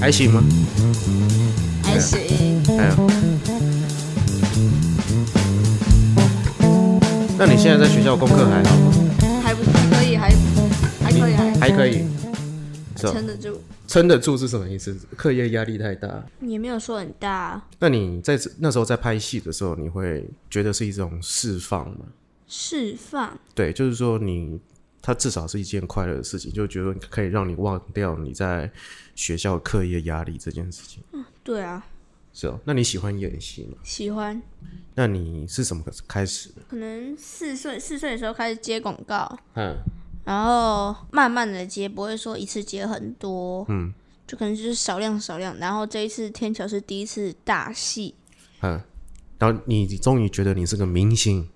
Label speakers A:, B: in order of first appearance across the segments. A: 还行吗？
B: 还行。
A: 哎呀，那你现在在学校功课还好吗？
B: 还不还可以，还还可以，还
A: 还可以，是吧
B: 撑得住。
A: 撑得住是什么意思？课业压力太大。
B: 也没有说很大，
A: 那你在这那时候在拍戏的时候，你会觉得是一种释放吗？
B: 释放
A: 对，就是说你，它至少是一件快乐的事情，就觉得可以让你忘掉你在学校课业压力这件事情。
B: 对啊，
A: 是哦，那你喜欢演戏吗？
B: 喜欢。
A: 那你是什么开始的？
B: 可能四岁四岁的时候开始接广告，
A: 嗯，
B: 然后慢慢的接，不会说一次接很多，嗯，就可能就是少量少量。然后这一次天桥是第一次大戏，
A: 嗯，然后你终于觉得你是个明星，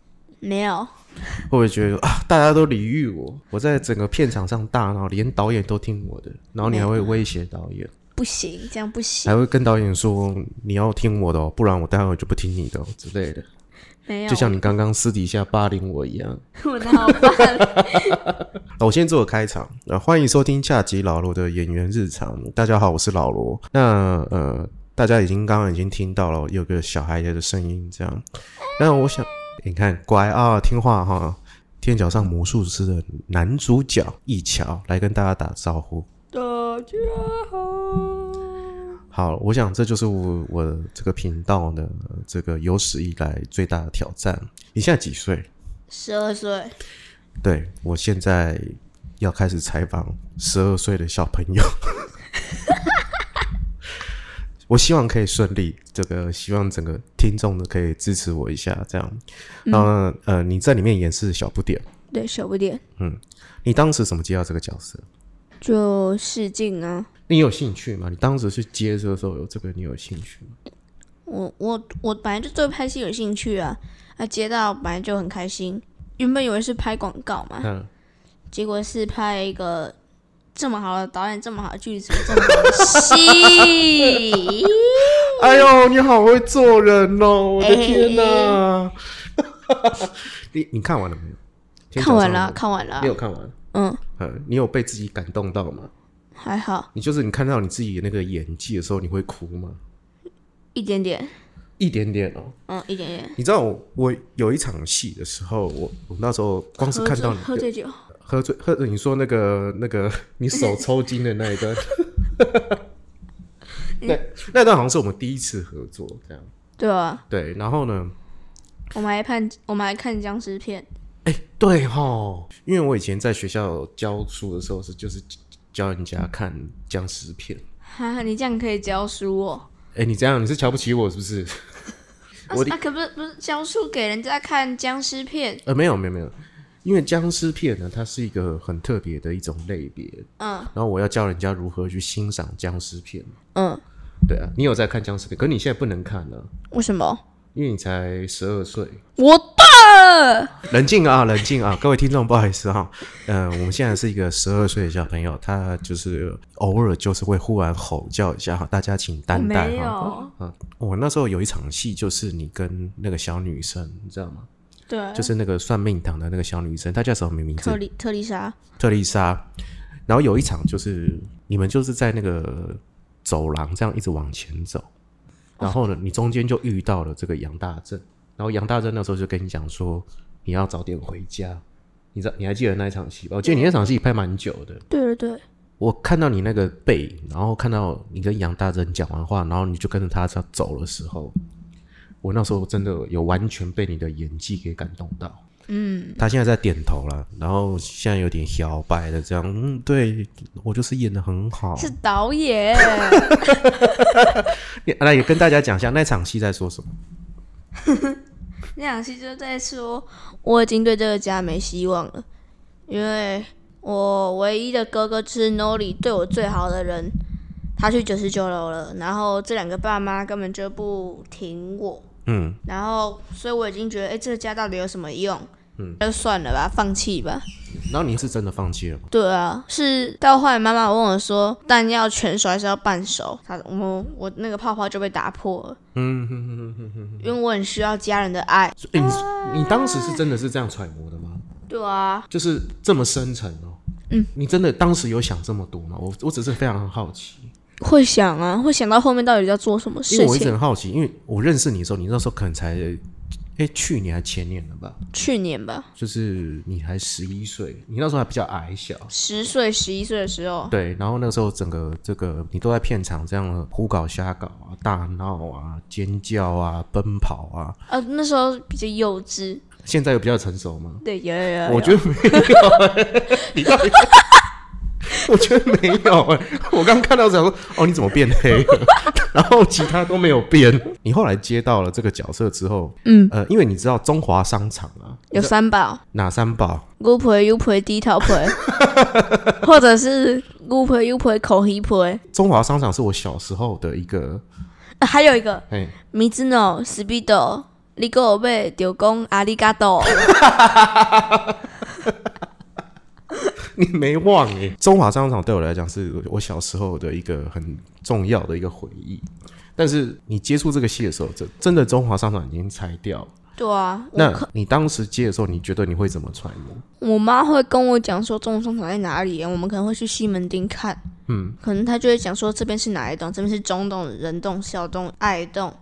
B: 没有，
A: 会不会觉得啊，大家都礼遇我，我在整个片场上大闹，连导演都听我的，然后你还会威胁导演，
B: 不行，这样不行，
A: 还会跟导演说你要听我的哦，不然我待会就不听你的、哦、之类的，
B: 没有
A: 就，像你刚刚私底下霸凌我一样。
B: 我的好棒，
A: 那我先做个开场，呃，欢迎收听下集老罗的演员日常。大家好，我是老罗。那呃，大家已经刚刚已经听到了有个小孩的声音，这样。那我想，你看乖啊，听话哈。天桥上魔术师的男主角一桥来跟大家打招呼。
B: 大家好，
A: 好，我想这就是我我这个频道的呃这个有史以来最大的挑战。你现在几岁？
B: 十二岁，
A: 对我现在要开始采访十二岁的小朋友， 我希望可以顺利，这个希望整个听众呢可以支持我一下，这样。
B: 嗯
A: 然后呢、呃，你在里面演示小不点，
B: 对，小不点，
A: 你当时怎么接到这个角色？
B: 就试镜啊，
A: 你有兴趣吗？你当时去接的时候有这个，你有兴趣吗？
B: 我我我本来就对拍戏有兴趣啊，啊接到本来就很开心，原本以为是拍广告嘛，
A: 嗯，
B: 结果是拍一个这么好的导演，这么好的剧组，这么好的 戏，
A: 哎呦，你好会做人哦！我的天哪、 你你看完了没有？天
B: 看完
A: 桥上
B: 了，
A: 的，
B: 看完了
A: 你，有看完？
B: 嗯，
A: 嗯，你有被自己感动到吗？
B: 还好
A: 你就是你看到你自己那个演技的时候，你会哭吗？
B: 一点点，
A: 一点点哦、
B: 嗯，一点点。
A: 你知道我我有一场戏的时候，我我那时候光是
B: 喝
A: 看到
B: 醉
A: 你
B: 喝醉酒，
A: 喝醉喝，你说那个那个你手抽筋的那一 段，那那段好像是我们第一次合作这样。
B: 对啊，
A: 对，然后呢，
B: 我们还看我们还看僵尸片，
A: 哎、对哈，因为我以前在学校教书的时候是就是教人家看僵尸片。
B: 哈哈，你这样可以教书哦。
A: 哎、你这样你是瞧不起我是不是？
B: 啊
A: 我的
B: 啊，可不是不是教书给人家看僵尸片，
A: 呃，没有没有没有，因为僵尸片呢，它是一个很特别的一种类别。
B: 嗯
A: 然后我要教人家如何去欣赏僵尸片。
B: 嗯，
A: 对啊，你有在看僵尸片，可是你现在不能看了、
B: 为什么？
A: 因为你才十二岁。
B: 我的
A: 冷静啊，冷静啊，各位听众，不好意思哈、呃，我们现在是一个十二岁的小朋友，他就是偶尔就是会忽然吼叫一下哈，大家请担待
B: 哦没
A: 哈。
B: 有，
A: 嗯，我那时候有一场戏，就是你跟那个小女生，你知道吗？
B: 对，
A: 就是那个算命堂的那个小女生，她叫什么名字
B: 特？丽特丽莎，
A: 特丽莎。然后有一场就是你们就是在那个走廊这样一直往前走，然后呢，你中间就遇到了这个杨大正，然后杨大正那时候就跟你讲说你要早点回家，你知道你还记得那一场戏吧？我记得你那场戏拍蛮久的，
B: 对对对，
A: 我看到你那个背影，然后看到你跟杨大正讲完话，然后你就跟着他走的时候，我那时候真的有完全被你的演技给感动到。
B: 嗯，
A: 他现在在点头了，然后现在有点摇摆的这样，嗯，对我就是演的很好。
B: 是导 演。
A: 你那也跟大家讲一下那场戏在说什么。
B: 那场戏就在说，我已经对这个家没希望了，因为我唯一的哥哥就是 Nori 对我最好的人，他去九十九楼了，然后这两个爸妈根本就不挺我，
A: 嗯，
B: 然后所以我已经觉得，哎、这个家到底有什么用？嗯，就算了吧，放弃吧。
A: 然后你是真的放弃了吗？
B: 对啊，是到后来妈妈问我说，蛋要全熟还是要半熟？他我我那个泡泡就被打破了，
A: 嗯哼哼哼哼
B: 因为我很需要家人的爱。
A: 所以
B: 呃
A: 你你当时是真的是这样揣摩的吗？
B: 对啊，
A: 就是这么深沉哦。嗯，你真的当时有想这么多吗？我我只是非常好奇。
B: 会想啊，会想到后面到底要做什么
A: 因为
B: 事
A: 我一直
B: 情。
A: 很好奇，因为我认识你的时候，你那时候可能才，哎，去年还前年了吧？
B: 去年吧，
A: 就是你还十一岁，你那时候还比较矮小。
B: 十岁、十一岁的时候，
A: 对，然后那个时候整个这个你都在片场这样胡搞瞎搞啊、大闹啊、尖叫啊、奔跑啊，
B: 呃，那时候比较幼稚，
A: 现在有比较成熟吗？
B: 对，有有有有
A: 我觉得没有、 你到 底？我觉得没有哎、我刚看到想说，哦，你怎么变黑了？ 然后其他都没有变。你后来接到了这个角色之后，
B: 嗯，
A: 呃，因为你知道中华商场啊，
B: 有三宝，
A: 哪三宝？
B: 牛皮、油皮、低头皮， 或者是牛皮、油皮、口黑皮，
A: 中华商场是我小时候的一个，
B: 呃还有一个
A: 哎、
B: 米兹诺、斯比豆，你给我买就讲阿里嘎多，
A: 你没忘哎、中华商场对我来讲是我小时候的一个很重要的一个回忆。但是你接触这个戏的时候，真真的中华商场已经拆掉了。
B: 对啊，我
A: 那
B: 可
A: 你当时接的时候，你觉得你会怎么揣摩？
B: 我妈会跟我讲说中午商场在哪里，我们可能会去西门町看，
A: 嗯，
B: 可能她就会讲说这边是哪一栋，这边是中栋、人栋、小栋、爱栋，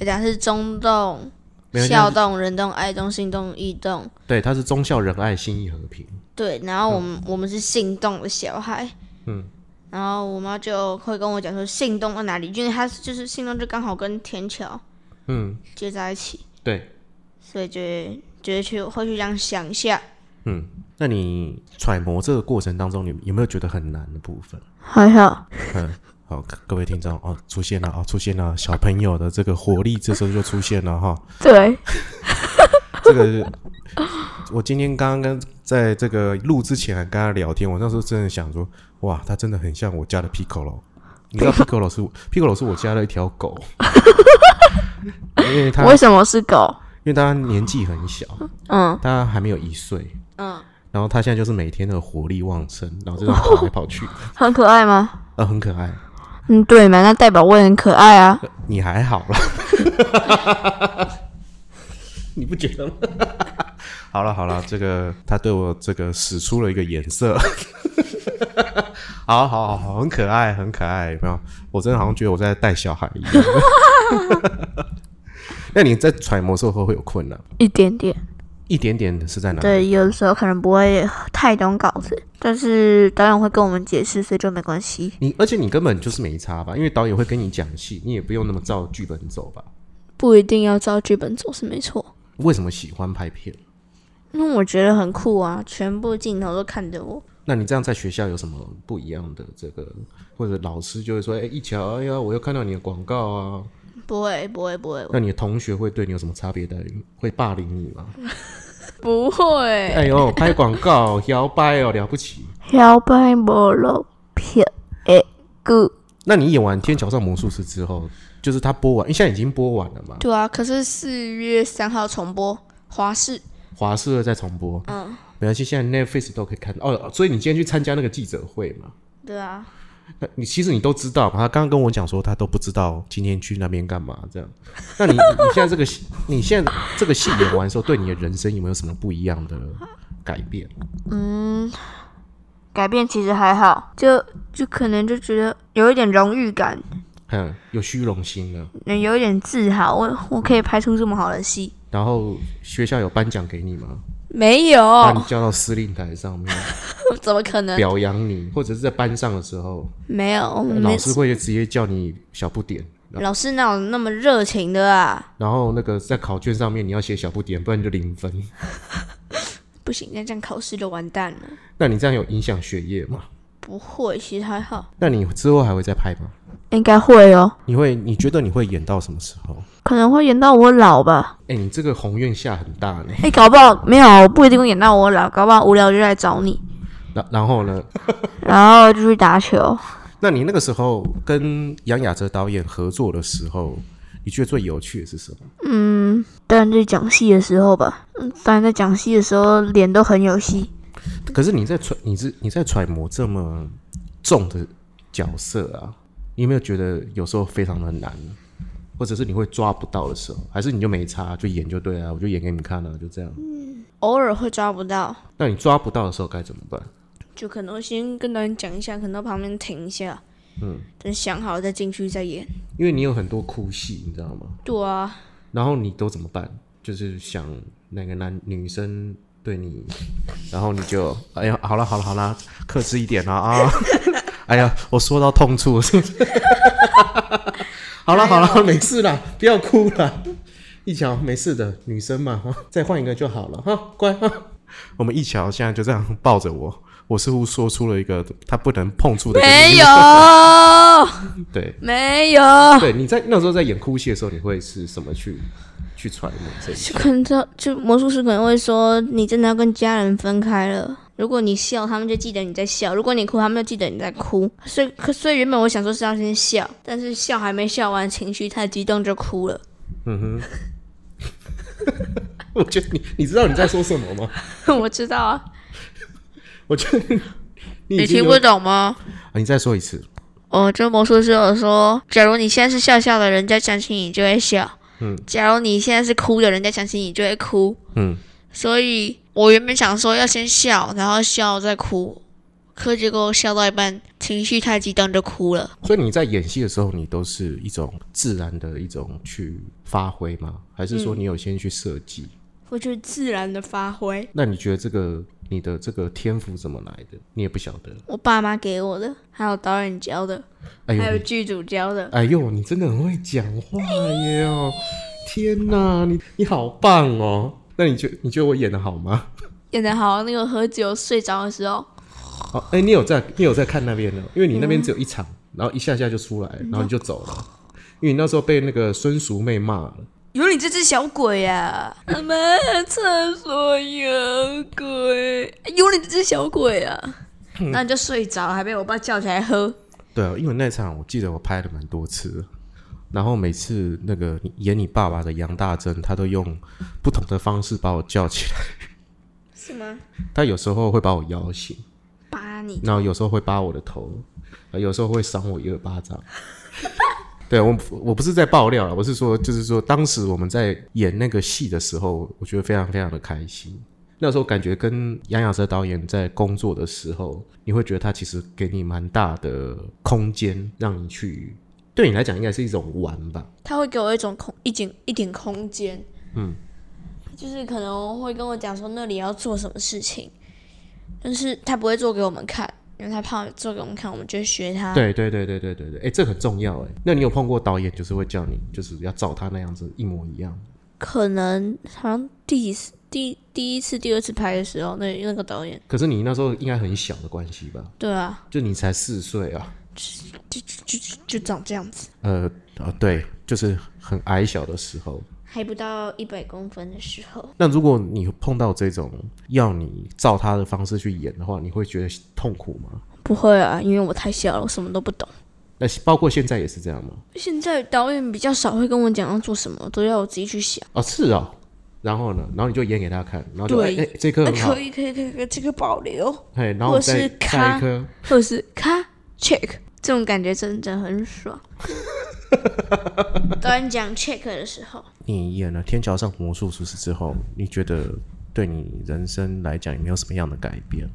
B: 哎，等下是中栋、
A: 没有
B: 校栋、人栋、爱栋、新栋、一栋，
A: 对，他是忠孝仁爱心意和平。
B: 对，然后我们、我们是信洞的小孩，
A: 嗯，
B: 然后我妈就会跟我讲说信洞在哪里，因为它是就是信洞就刚好跟天桥
A: 嗯，
B: 接在一起，
A: 对，
B: 所以就会就会去会去这样想一下，
A: 嗯。那你揣摩这个过程当中，你有没有觉得很难的部分？
B: 还好，
A: 好，各位听众哦，出现了哦，出现了小朋友的这个活力，这时候就出现了哈、
B: 对，
A: 这个我今天刚刚跟在这个录之前还跟他聊天，我那时候真的想说，哇，他真的很像我家的 Piccolo。你知道 Piccolo 是 Piccolo 是我家的一条狗， 因为他因
B: 什么是狗？
A: 为他年纪很小，
B: 嗯
A: 他还没有一岁，
B: 嗯，
A: 然后他现在就是每天的活力旺盛，然后这样跑来跑去，
B: 很可爱吗？
A: 呃，很可爱。
B: 嗯，对嘛，那代表我也很可爱啊。
A: 你还好啦， 你不觉得吗？好了好了，这个他对我这个使出了一个眼色， 好好好，很可爱，很可爱，有没有？我真的好像觉得我在带小孩一样。 那你在揣摩的时候会不会有困难？
B: 一点点，
A: 一点点的是在哪里？
B: 对，有的时候可能不会太懂稿子，但是导演会跟我们解释，所以就没关系。
A: 你而且你根本就是没差吧，因为导演会跟你讲戏，你也不用那么照剧本走吧？
B: 不一定要照剧本走是没错，
A: 为什么喜欢拍片？
B: 因为我觉得很酷啊，全部镜头都看着我。
A: 那你这样在学校有什么不一样的这个，或者老师就会说，哎、一桥，哎呀，我又看到你的广告啊。
B: 不会，不会，不会，
A: 那你的同学会对你有什么差别待遇？会霸凌你吗？
B: 不会。
A: 哎呦，拍广告摇摆哦，了不起。
B: 摇摆摩洛片，哎，good。
A: 那你演完《天桥上魔术师》之后，就是他播完，因为现在已经播完了嘛，
B: 对啊，可是四月三号重播华视，
A: 华视在重播，
B: 嗯，
A: 没关系，现在 Netflix 都可以看到。哦，所以你今天去参加那个记者会嘛？
B: 对啊，
A: 那你其实你都知道嘛？他刚刚跟我讲说，他都不知道今天去那边干嘛这样。那你你现在这个戏，你现在这个戏演完之后，对你的人生有没有什么不一样的改变？
B: 嗯改变其实还好，就就可能就觉得有一点荣誉感，
A: 嗯，有虚荣心了。
B: 嗯有一点自豪，我我可以拍出这么好的戏。
A: 然后学校有颁奖给你吗？
B: 没有，
A: 把你叫到司令台上面
B: 怎么可能？
A: 表扬你，或者是在班上的时候，
B: 没有，我
A: 老
B: 们
A: 师会直接叫你小不点。
B: 老师哪有那么热情的啊？
A: 然后那个在考卷上面你要写小不点，不然你就零分。
B: 不行，那这样考试就完蛋了。
A: 那你这样有影响学业吗？
B: 不会，其实还好，
A: 那你之后还会再拍吗？
B: 应该会哦，
A: 你会你觉得你会演到什么时候？
B: 可能会演到我老吧。
A: 哎、你这个宏愿下很大呢。
B: 哎、搞不好没有，不一定会演到我老，搞不好无聊就来找你，
A: 然然后呢？
B: 然后就去打球。
A: 那你那个时候跟杨雅哲导演合作的时候，你觉得最有趣的是什么？
B: 嗯，当然在讲戏的时候吧，嗯，当然在讲戏的时候脸都很有戏。
A: 可是你在揣你是你在揣摩这么重的角色啊，你有没有觉得有时候非常的难，或者是你会抓不到的时候，还是你就没差就演就对啊，我就演给你们看啊，就这样。
B: 偶尔会抓不到，
A: 那你抓不到的时候该怎么办？
B: 就可能先跟导演讲一下，可能到旁边停一下，嗯，等想好再进去再演。
A: 因为你有很多哭戏，你知道吗？
B: 对啊，
A: 然后你都怎么办？就是想那个男女生对你，然后你就哎呀，好了好了好了，克制一点啦啊！ 哎呀，我说到痛 处了是不是？好了好了，哎没事啦，不要哭啦。一桥没事的，女生嘛，哈再换一个就好了哈，乖哈。我们一桥现在就这样抱着我，我似乎说出了一个他不能碰触的，
B: 没有，
A: 对
B: 没有，
A: 对，你在那时候在演哭戏的时候，你会是什么去去揣摩这一
B: 就
A: 切？
B: 可能他就魔术师可能会说，你真的要跟家人分开了。如果你笑，他们就记得你在笑；如果你哭，他们就记得你在哭。所以，可所以原本我想说是要先笑，但是笑还没笑完，情绪太激动就哭了。
A: 我觉得你你知道你在说什么吗？
B: 我知道啊，
A: 我觉得你已
C: 你
A: 经
B: 哎
C: 听
A: 有
C: 不懂吗？
A: 啊你再说一次，
C: 哦，就魔术师有说，假如你现在是笑笑的，人家想起你就会笑；
A: 嗯，
C: 假如你现在是哭的，人家想起你就会哭。
A: 嗯，
C: 所以我原本想说要先笑，然后笑再哭，可结果笑到一半，情绪太激动就哭了。
A: 所以你在演戏的时候，你都是一种自然的一种去发挥吗？还是
B: 嗯
A: 说你有先去设计？
B: 我就自然的发挥。
A: 那你觉得这个你的这个天赋怎么来的？你也不晓得。
B: 我爸妈给我的，还有导演教的，
A: 哎呦
B: 还，
A: 你
B: 有剧组教的。
A: 哎呦，你真的很会讲话耶哦！天哪，你你好棒哦！那你觉你觉得我演的好吗？
B: 演的好，那个喝酒睡着的时候，
A: 好，哎、你有在你有在看那边的，因为你那边只有一场，然后一下下就出来了，然后你就走了。因为你那时候被那个孙淑妹骂了，
B: 有你这只小鬼啊！妈妈，厕所有鬼，哎有你这只小鬼啊！那你就睡着，还被我爸叫起来喝。
A: 对啊，因为那场我记得我拍了蛮多次的，然后每次那个你演你爸爸的杨大珍，他都用不同的方式把我叫起来，
B: 是吗？
A: 他有时候会把我摇醒，
B: 扒你！
A: 然后有时候会扒我的头，呃有时候会赏我一个巴掌。 对我不，我不是在爆料了，我是说，就是说，当时我们在演那个戏的时候，我觉得非常非常的开心。那时候感觉跟杨雅哲导演在工作的时候，你会觉得他其实给你蛮大的空间，让你去，对你来讲应该是一种玩吧。
B: 他会给我一种空一点一点空间，嗯，就是可能会跟我讲说那里要做什么事情，但是他不会做给我们看，因为他怕做给我们看，我们就会学他。
A: 对对对对对对对，哎、这很重要哎。那你有碰过导演就是会叫你，就是要照他那样子一模一样？
B: 可能好像第几次第第一次第二次拍的时候，那那个导演，
A: 可是你那时候应该很小的关系吧？
B: 对啊，
A: 就你才四岁啊。
B: 就就就就长这样子，
A: 呃，啊，对，就是很矮小的时候。
B: 还不到一百公分的时候，
A: 那如果你碰到这种要你照他的方式去演的话，你会觉得痛苦吗？
B: 不会啊，因为我太小了，我什么都不懂。
A: 那包括现在也是这样吗？
B: 现在导演比较少会跟我讲要做什么，都要我自己去想。
A: 哦，是哦。然后呢？然后你就演给他看，然后就哎、
B: 对
A: 哎这颗
B: 啊
A: 很好
B: 可，以可以可以，可以这个保留。
A: 哎，然后
B: 或是
A: 再再
B: 咔
A: 一颗，
B: 或者是咔 check，这种感觉真的很 爽。导演讲 check 的时候，
A: 你演了《天桥上魔术师》之后，你觉得对你人生来讲有没有什么样的改变？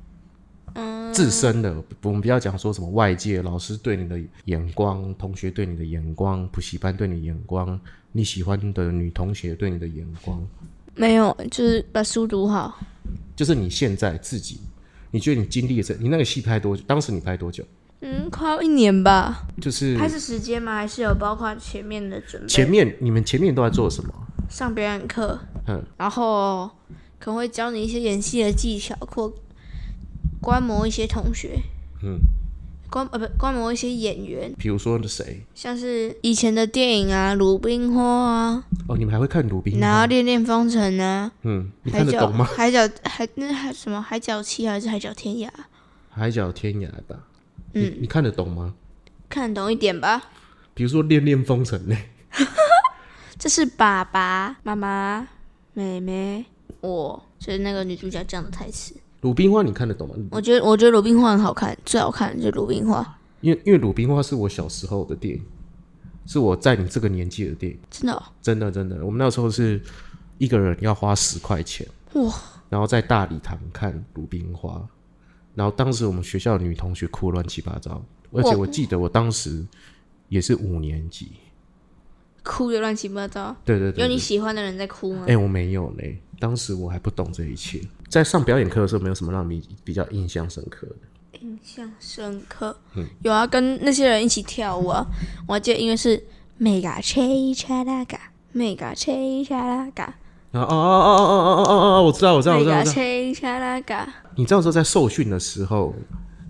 A: 嗯，自身的，我们不要讲说什么外界老师对你的眼光、同学对你的眼光、补习班对你的眼光、你喜欢的女同学对你的眼光，
B: 没有，就是把书读好。
A: 就是你现在自己，你觉得你经历了这，你那个戏拍多久？当时你拍多久？
B: 嗯，快要一年吧。
A: 就是
B: 拍摄时间吗？还是有包括前面的准备？
A: 前面你们前面都在做什么？
B: 上表演课，
A: 嗯，
B: 然后可能会教你一些演戏的技巧，或观摩一些同学，
A: 嗯，
B: 观呃不观摩一些演员，
A: 比如说谁？
B: 像是以前的电影啊，《鲁冰花》啊，
A: 哦，你们还会看鲁冰
B: 然
A: 吗？
B: 后《恋恋风尘》啊，
A: 嗯，你
B: 海
A: 看得
B: 角
A: 懂吗？
B: 海角海那海什么海角七还是海角天涯？
A: 海角天涯吧。嗯，你看得懂吗？
B: 看得懂一点吧。
A: 比如说《恋恋风尘》呢，
B: 这是爸爸妈妈、妹妹，我就是那个女主角这样的台词。
A: 鲁冰花你看得懂吗？
B: 我觉得我觉得《鲁冰花》很好看，最好看的就是《鲁冰花》，
A: 因为因为鲁冰花是我小时候的电影，是我在你这个年纪的电影，
B: 真的、哦、
A: 真的真的，我们那时候是一个人要花十块钱，
B: 哇！
A: 然后在大礼堂看鲁冰花，然后当时我们学校的女同学哭得乱七八糟，而且我记得我当时也是五年级，
B: 哭的乱七八糟，
A: 对对对对
B: 有你喜欢的人在哭吗
A: 哎、？我没有呢，当时我还不懂这一切。在上表演课的时候，没有什么让你比较印象深刻的。
B: 印象深刻，
A: 嗯
B: 有啊，跟那些人一起跳舞啊。我还记得音乐是 Mega Cha Cha La Ga Mega Cha Cha La Ga
A: 啊哦哦哦哦哦哦哦哦！我知道，我知道，我知道，我
B: Mega
A: 知道。
B: Cha Cha La Ga，
A: 你知道说在受训的时候，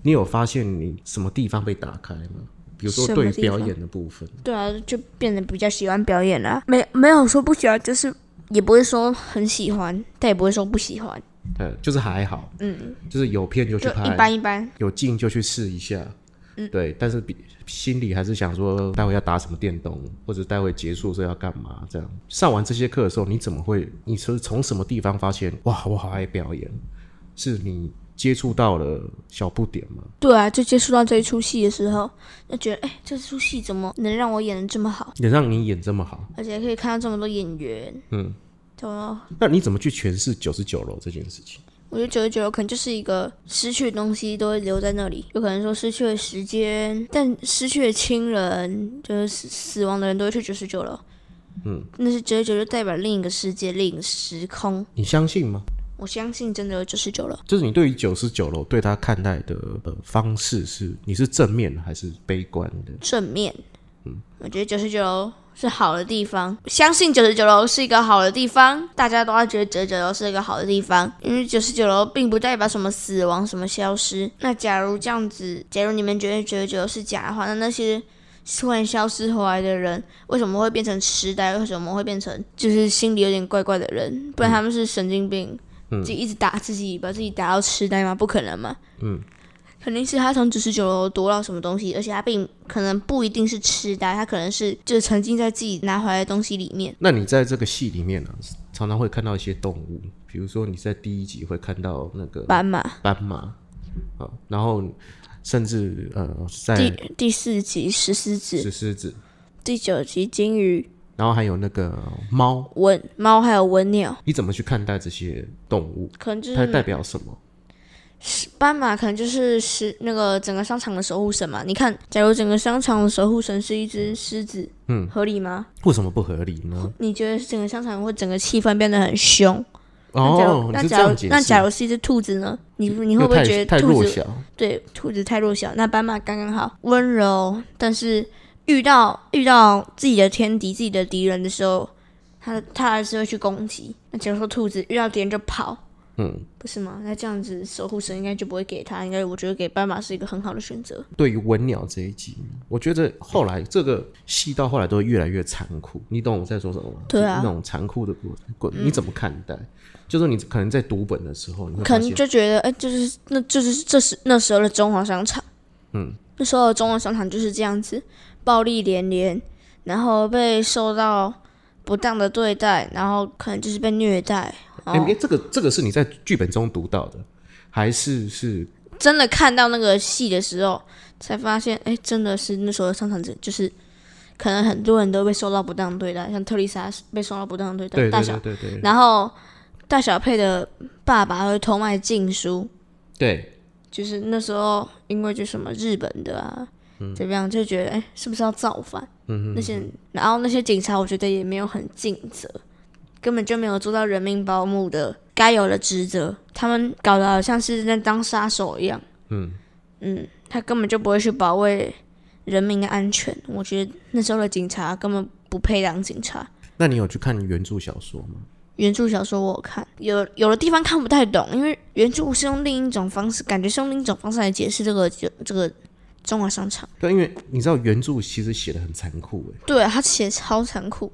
A: 你有发现你什么地方被打开吗？比如说
B: 什么
A: 对
B: 地
A: 表
B: 方
A: 演的部分，
B: 对啊，就变得比较喜欢表演了、没没有说不喜欢，就是也不会说很喜欢，但也不会说不喜欢，
A: 呃，就是还好，
B: 嗯，
A: 就是有片就去
B: 就
A: 拍，
B: 一般嗯一般。
A: 有劲就去试一下。对，但是比心里还是想说，待会要打什么电动，或者待会结束是要干嘛？这样上完这些课的时候，你怎么会？你是从什么地方发现？哇，我好爱表演！是你接触到了小不点吗？
B: 对啊，就接触到这一出戏的时候，就觉得哎、这出戏怎么能让我演的这么好，
A: 也让你演这么好，
B: 而且可以看到这么多演员，
A: 嗯，
B: 怎么
A: 那你怎么去诠释九十九楼这件事情？
B: 我觉得九十九可能就是一个失去的东西都会留在那里，有可能说失去了时间，但失去了亲人，就是死死亡的人都会去九十九楼。嗯，那是九十九就代表另一个世界、另一个时空。
A: 你相信吗？
B: 我相信真的有九十九楼，
A: 就是你对于九十九楼对他看待的呃方式是，你是正面还是悲观的？
B: 正面。嗯，我觉得九十九楼是好的地方，相信九十九楼是一个好的地方，大家都要觉得九十九楼是一个好的地方，因为九十九楼并不代表什么死亡、什么消失。那假如这样子，假如你们觉得九十九楼是假的话，那那些突然消失回来的人，为什么会变成痴呆？为什么会变成就是心里有点怪怪的人？不然他们是神经病，自己一直打自己，把自己打到痴呆吗？不可能嘛。肯定是他从九十九楼夺到什么东西，而且他并可能不一定是痴呆，他可能是就是沉浸在自己拿回来的东西里面。
A: 那你在这个戏里面呢、啊常常会看到一些动物，比如说你在第一集会看到那个
B: 斑马
A: 斑马啊、然后甚至呃
B: 第
A: 在
B: 第四集石狮子，
A: 是狮子，
B: 第九集金鱼、
A: 然后还有那个猫，
B: 文猫还有文鸟，
A: 你怎么去看待这些动物？
B: 可能就
A: 它代
B: 是
A: 表什么？
B: 斑马，可能就是狮那个整个商场的守护神嘛。你看，假如整个商场的守护神是一只狮子，嗯，合理吗？
A: 为什么不合理呢？
B: 你觉得整个商场会整个气氛变得很凶？那假
A: 哦
B: 如，
A: 你
B: 那
A: 是这
B: 假
A: 样
B: 如
A: 解释？
B: 那假如是一只兔子呢？你你会不
A: 因
B: 会
A: 为
B: 觉
A: 太
B: 得
A: 太
B: 兔
A: 弱
B: 子
A: 小？
B: 对，兔子太弱小，那斑马刚刚好，温柔，但是遇到遇到自己的天敌、自己的敌人的时候，它它还是会去攻击。那假如说兔子遇到敌人就跑，
A: 嗯，
B: 不是吗？那这样子守护神应该就不会给它，应该我觉得给斑马是一个很好的选择。
A: 对于文鸟这一集，我觉得后来这个戏到后来都越来越残酷，你懂我在说什么吗？
B: 对啊
A: 就是那种残酷的过过，你怎么看待？就是你可能在读本的时候，你会
B: 可
A: 发
B: 能
A: 现，
B: 就觉得，哎、就是那就是这是那时候的中华商场，
A: 嗯，
B: 那时候的中华商场就是这样子，暴力连连，然后被受到不当的对待，然后可能就是被虐待。
A: 哎、
B: 哦。
A: 诶这个这个是你在剧本中读到的，还是是
B: 真的看到那个戏的时候，才发现，哎、真的是那时候的上场者，就是可能很多人都被受到不当对待，像特丽莎被受到不当对待，
A: 对
B: 大
A: 对
B: 小
A: 对，对对
B: 然后大小佩的爸爸会偷卖禁书，
A: 对，
B: 就是那时候因为就什么日本的啊，怎么样就觉得，哎、是不是要造反？
A: 嗯
B: 那些人，然后那些警察，我觉得也没有很尽责，根本就没有做到人民保姆的该有的职责。他们搞得好像是在当杀手一样。
A: 嗯
B: 嗯，他根本就不会去保卫人民的安全。我觉得那时候的警察根本不配当警察。
A: 那你有去看原著小说吗？
B: 原著小说我有看，有有的地方看不太懂，因为原著是用另一种方式，感觉是用另一种方式来解释这个这个中华商场。
A: 对，因为你知道原著其实写的很残酷、哎诶
B: 对他写超残酷，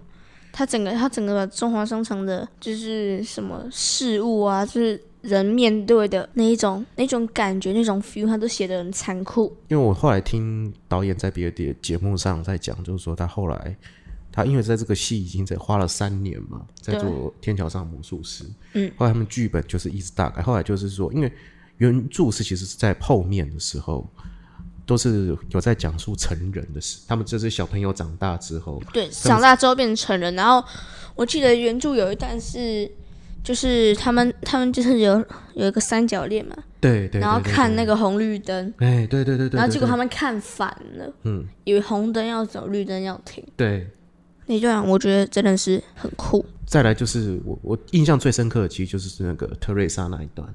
B: 他整个他整个把中华商场的就是什么事物啊，就是人面对的那一种那种感觉那种 feel，他都写的很残酷。
A: 因为我后来听导演在别的节目上在讲，就是说他后来他因为在这个戏已经在花了三年嘛，在
B: 对
A: 做《天桥上魔术师》，
B: 嗯，
A: 后来他们剧本就是一直大改，后来就是说，因为原著是其实是在后面的时候。都是有在讲述成人的事，他们这些小朋友长大之后，
B: 对，长大之后变成成人，然后我记得原著有一段是就是他们他们就是有有一个三角恋嘛，
A: 对对，
B: 然后
A: 对对
B: 看那
A: 对
B: 个红绿灯，
A: 哎，对对对对，
B: 然后结果
A: 对
B: 他们看反了，
A: 嗯，
B: 以为红灯要走，绿灯要停。
A: 对，
B: 那段我觉得真的是很酷，
A: 再来就是我我印象最深刻的，其实就是那个特瑞莎那一段。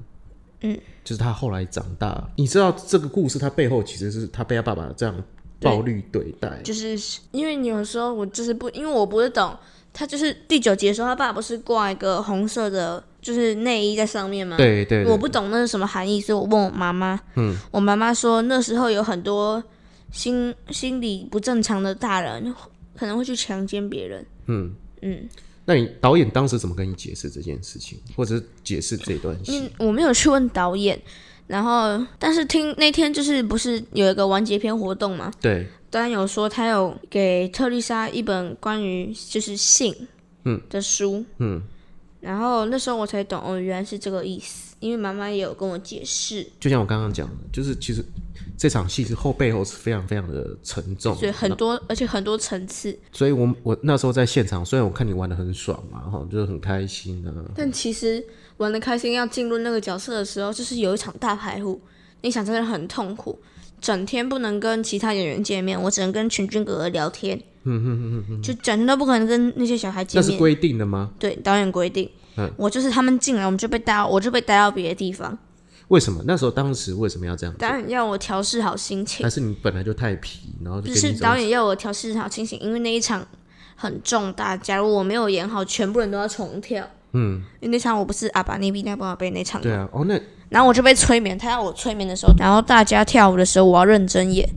B: 嗯，
A: 就是她后来长大，你知道这个故事，她背后其实是她被她爸爸这样暴力对待。
B: 就是因为你有时候我就是不，因为我不是懂，他就是第九集的时候，他爸不是挂一个红色的，就是内衣在上面吗？
A: 对对对
B: 我不懂那是什么含义，所以我问我妈妈。嗯，我妈妈说那时候有很多心心理不正常的大人可能会去强奸别人。
A: 嗯，
B: 嗯，
A: 那你导演当时怎么跟你解释这件事情，或者是解释这段戏？
B: 因为嗯我没有去问导演，然后但是听那天就是不是有一个完结篇活动嘛？
A: 对，
B: 当然有说他有给特丽莎一本关于就是性
A: 嗯
B: 的书，
A: 嗯，
B: 然后那时候我才懂哦，原来是这个意思，因为妈妈也有跟我解释，
A: 就像我刚刚讲的，就是其实这场戏是后背后是非常非常的沉重，
B: 所以很多而且很多层次，
A: 所以我我那时候在现场，虽然我看你玩的很爽嘛，哈，就是很开心啊，
B: 但其实玩的开心要进入那个角色的时候，就是有一场大排呼，那场真的很痛苦，整天不能跟其他演员见面，我只能跟全军哥哥聊天，嗯哼哼哼，就整天都不可能跟那些小孩
A: 那
B: 见
A: 是
B: 面，
A: 规定的吗？
B: 对导演规定，嗯，我就是他们进来，我们就被带到，我就被带到别的地方。
A: 为什么那时候当时为什么要这样做
B: 导？演要我调试好心情
A: 还，是你本来就太皮，然后就给
B: 就
A: 你
B: 是
A: 一种
B: 导演要我调试好心情，因为那一场很重大，假如我没有演好，全部人都要重跳。嗯，因为那场我不是阿爸那边那爸贝那场，
A: 对啊，哦，那
B: 然后我就被催眠，他要我催眠的时候，然后大家跳舞的时候，我要认真演，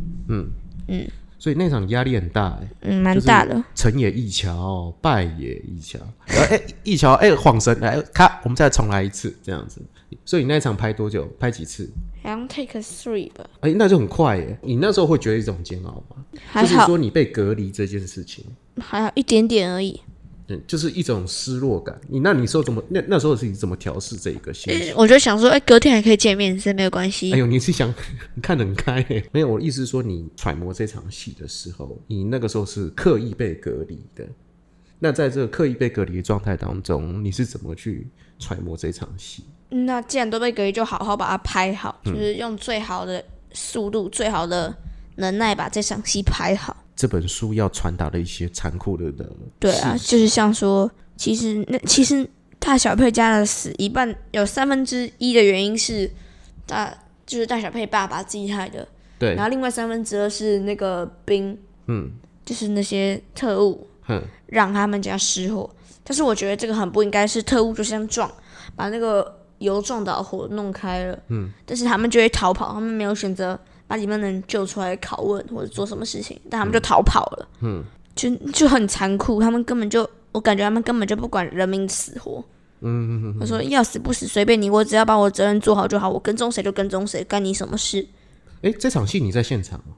A: 所以那场压力很大、欸，
B: 嗯，蛮大的。
A: 成也一桥，败也一桥，然后哎、一桥哎、晃神来咔，我们再重来一次这样子。所以你那场拍多久？拍几次？
B: 好像 take three 吧，
A: 哎、那就很快耶、你那时候会觉得一种煎熬吗？
B: 还
A: 就是
B: 好
A: 说你被隔离这件事情，
B: 还好一点点而已。
A: 嗯，就是一种失落感。你那你说怎么？那那时候是你怎么调试这一个心情？
C: 我就想说，哎、隔天还可以见面，是没有关系。
A: 呃哎呦，你是想 你看得很开、欸？没有，我的意思是说，你揣摩这场戏的时候，你那个时候是刻意被隔离的。那在这个刻意被隔离的状态当中，你是怎么去揣摩这场戏？
B: 那既然都被隔离，就好好把它拍好，
A: 嗯
B: 就是用最好的速度、最好的能耐把这场戏拍好。
A: 这本书要传达的一些残酷的的
B: 对啊，就是像说，其实那其实大小佩家的死，一半有三分之一的原因是大就是大小佩爸爸自己害的，
A: 对
B: 然，后另外三分之二是那个兵，
A: 嗯，
B: 就是那些特务
A: 哼，
B: 让他们家失火。但是我觉得这个很不应该，是特务就像撞把那个油撞导火弄开了，嗯，但是他们就会逃跑，他们没有选择把里面的人救出来拷问或者做什么事情，但他们就逃跑了，嗯，就就很残酷，他们根本就我感觉他们根本就不管人民死活。嗯，我说要死不死随便你，我只要把我责任做好就好，我跟踪谁就跟踪谁，干你什么事？
A: 哎、这场戏你在现场吗，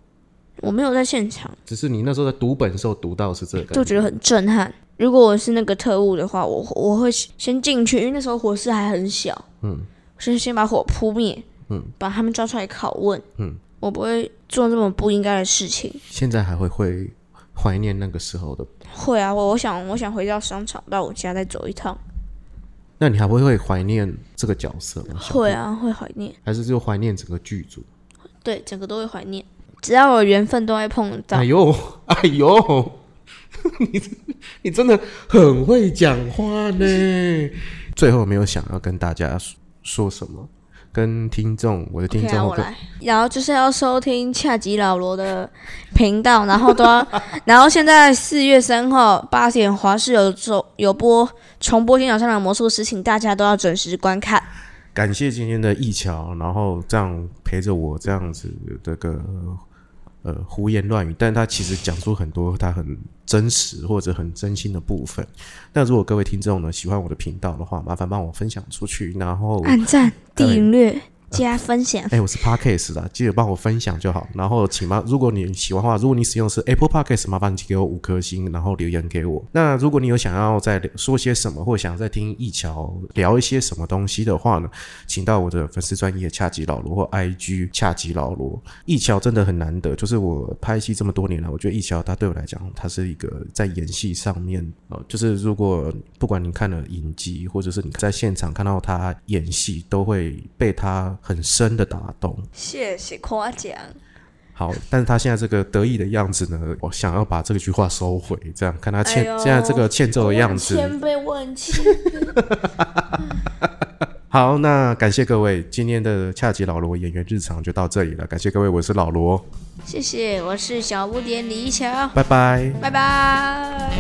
B: 我没有在现场，
A: 只是你那时候在读本的时候读到是这个感
B: 就觉得很震撼。如果我是那个特务的话，我我会先进去，因为那时候火势还很小，嗯，先先把火扑灭，嗯，把他们抓出来拷问，嗯，我不会做这么不应该的事情。
A: 现在还会会怀念那个时候的。
B: 会啊，我我想我想回到商场，到我家再走一趟。
A: 那你还会会怀念这个角色吗？小
B: 会啊，会怀念，
A: 还是就怀念整个剧组？
B: 对，整个都会怀念。只要有缘分，都会碰得到
A: 哎。呦， 哎呦， 你这你真的很会讲话呢。最后有没有想要跟大家说说什么？跟听众，我的听
B: OK 啊，
A: 众
B: 我
A: 跟、
B: 来。然后就是要收听恰吉老罗的频道，然后都 要，然后现在四月三号八点，华视有重有播重播《今晚上的魔术师》，请大家都要准时观看。
A: 感谢今天的易桥，然后这样陪着我这样子这个呃胡言乱语，但他其实讲出很多他很真实或者很真心的部分。那如果各位哦听众呢喜欢我的频道的话，麻烦帮我分享出去，然后
B: 按赞、
A: 对
B: 订阅、加 分享。
A: 哎、我是 Podcast 的，记得帮我分享就好。然后请帮，如果你喜欢的话，如果你使用的是 Apple Podcast，麻烦你给我五颗星，然后留言给我。那如果你有想要再说些什么，或想再听一桥聊一些什么东西的话呢，请到我的粉丝专业恰吉老罗或 IG 恰吉老罗。一桥真的很难得，就是我拍戏这么多年来，我觉得一桥他对我来讲，他是一个在演戏上面，呃，就是如果不管你看了影集，或者是你在现场看到他演戏，都会被他很深的打动。
B: 谢谢夸奖。
A: 好，但是他现在这个得意的样子呢，我想要把这个句话收回，这样看他欠、
B: 哎呦
A: 现在这个欠揍的样子。
B: 谦卑，我很谦
A: 好，那感谢各位，今天的恰吉老罗演员日常就到这里了，感谢各位，我是老罗，
B: 谢谢，我是小不点李一乔，
A: 拜拜。
B: 拜拜。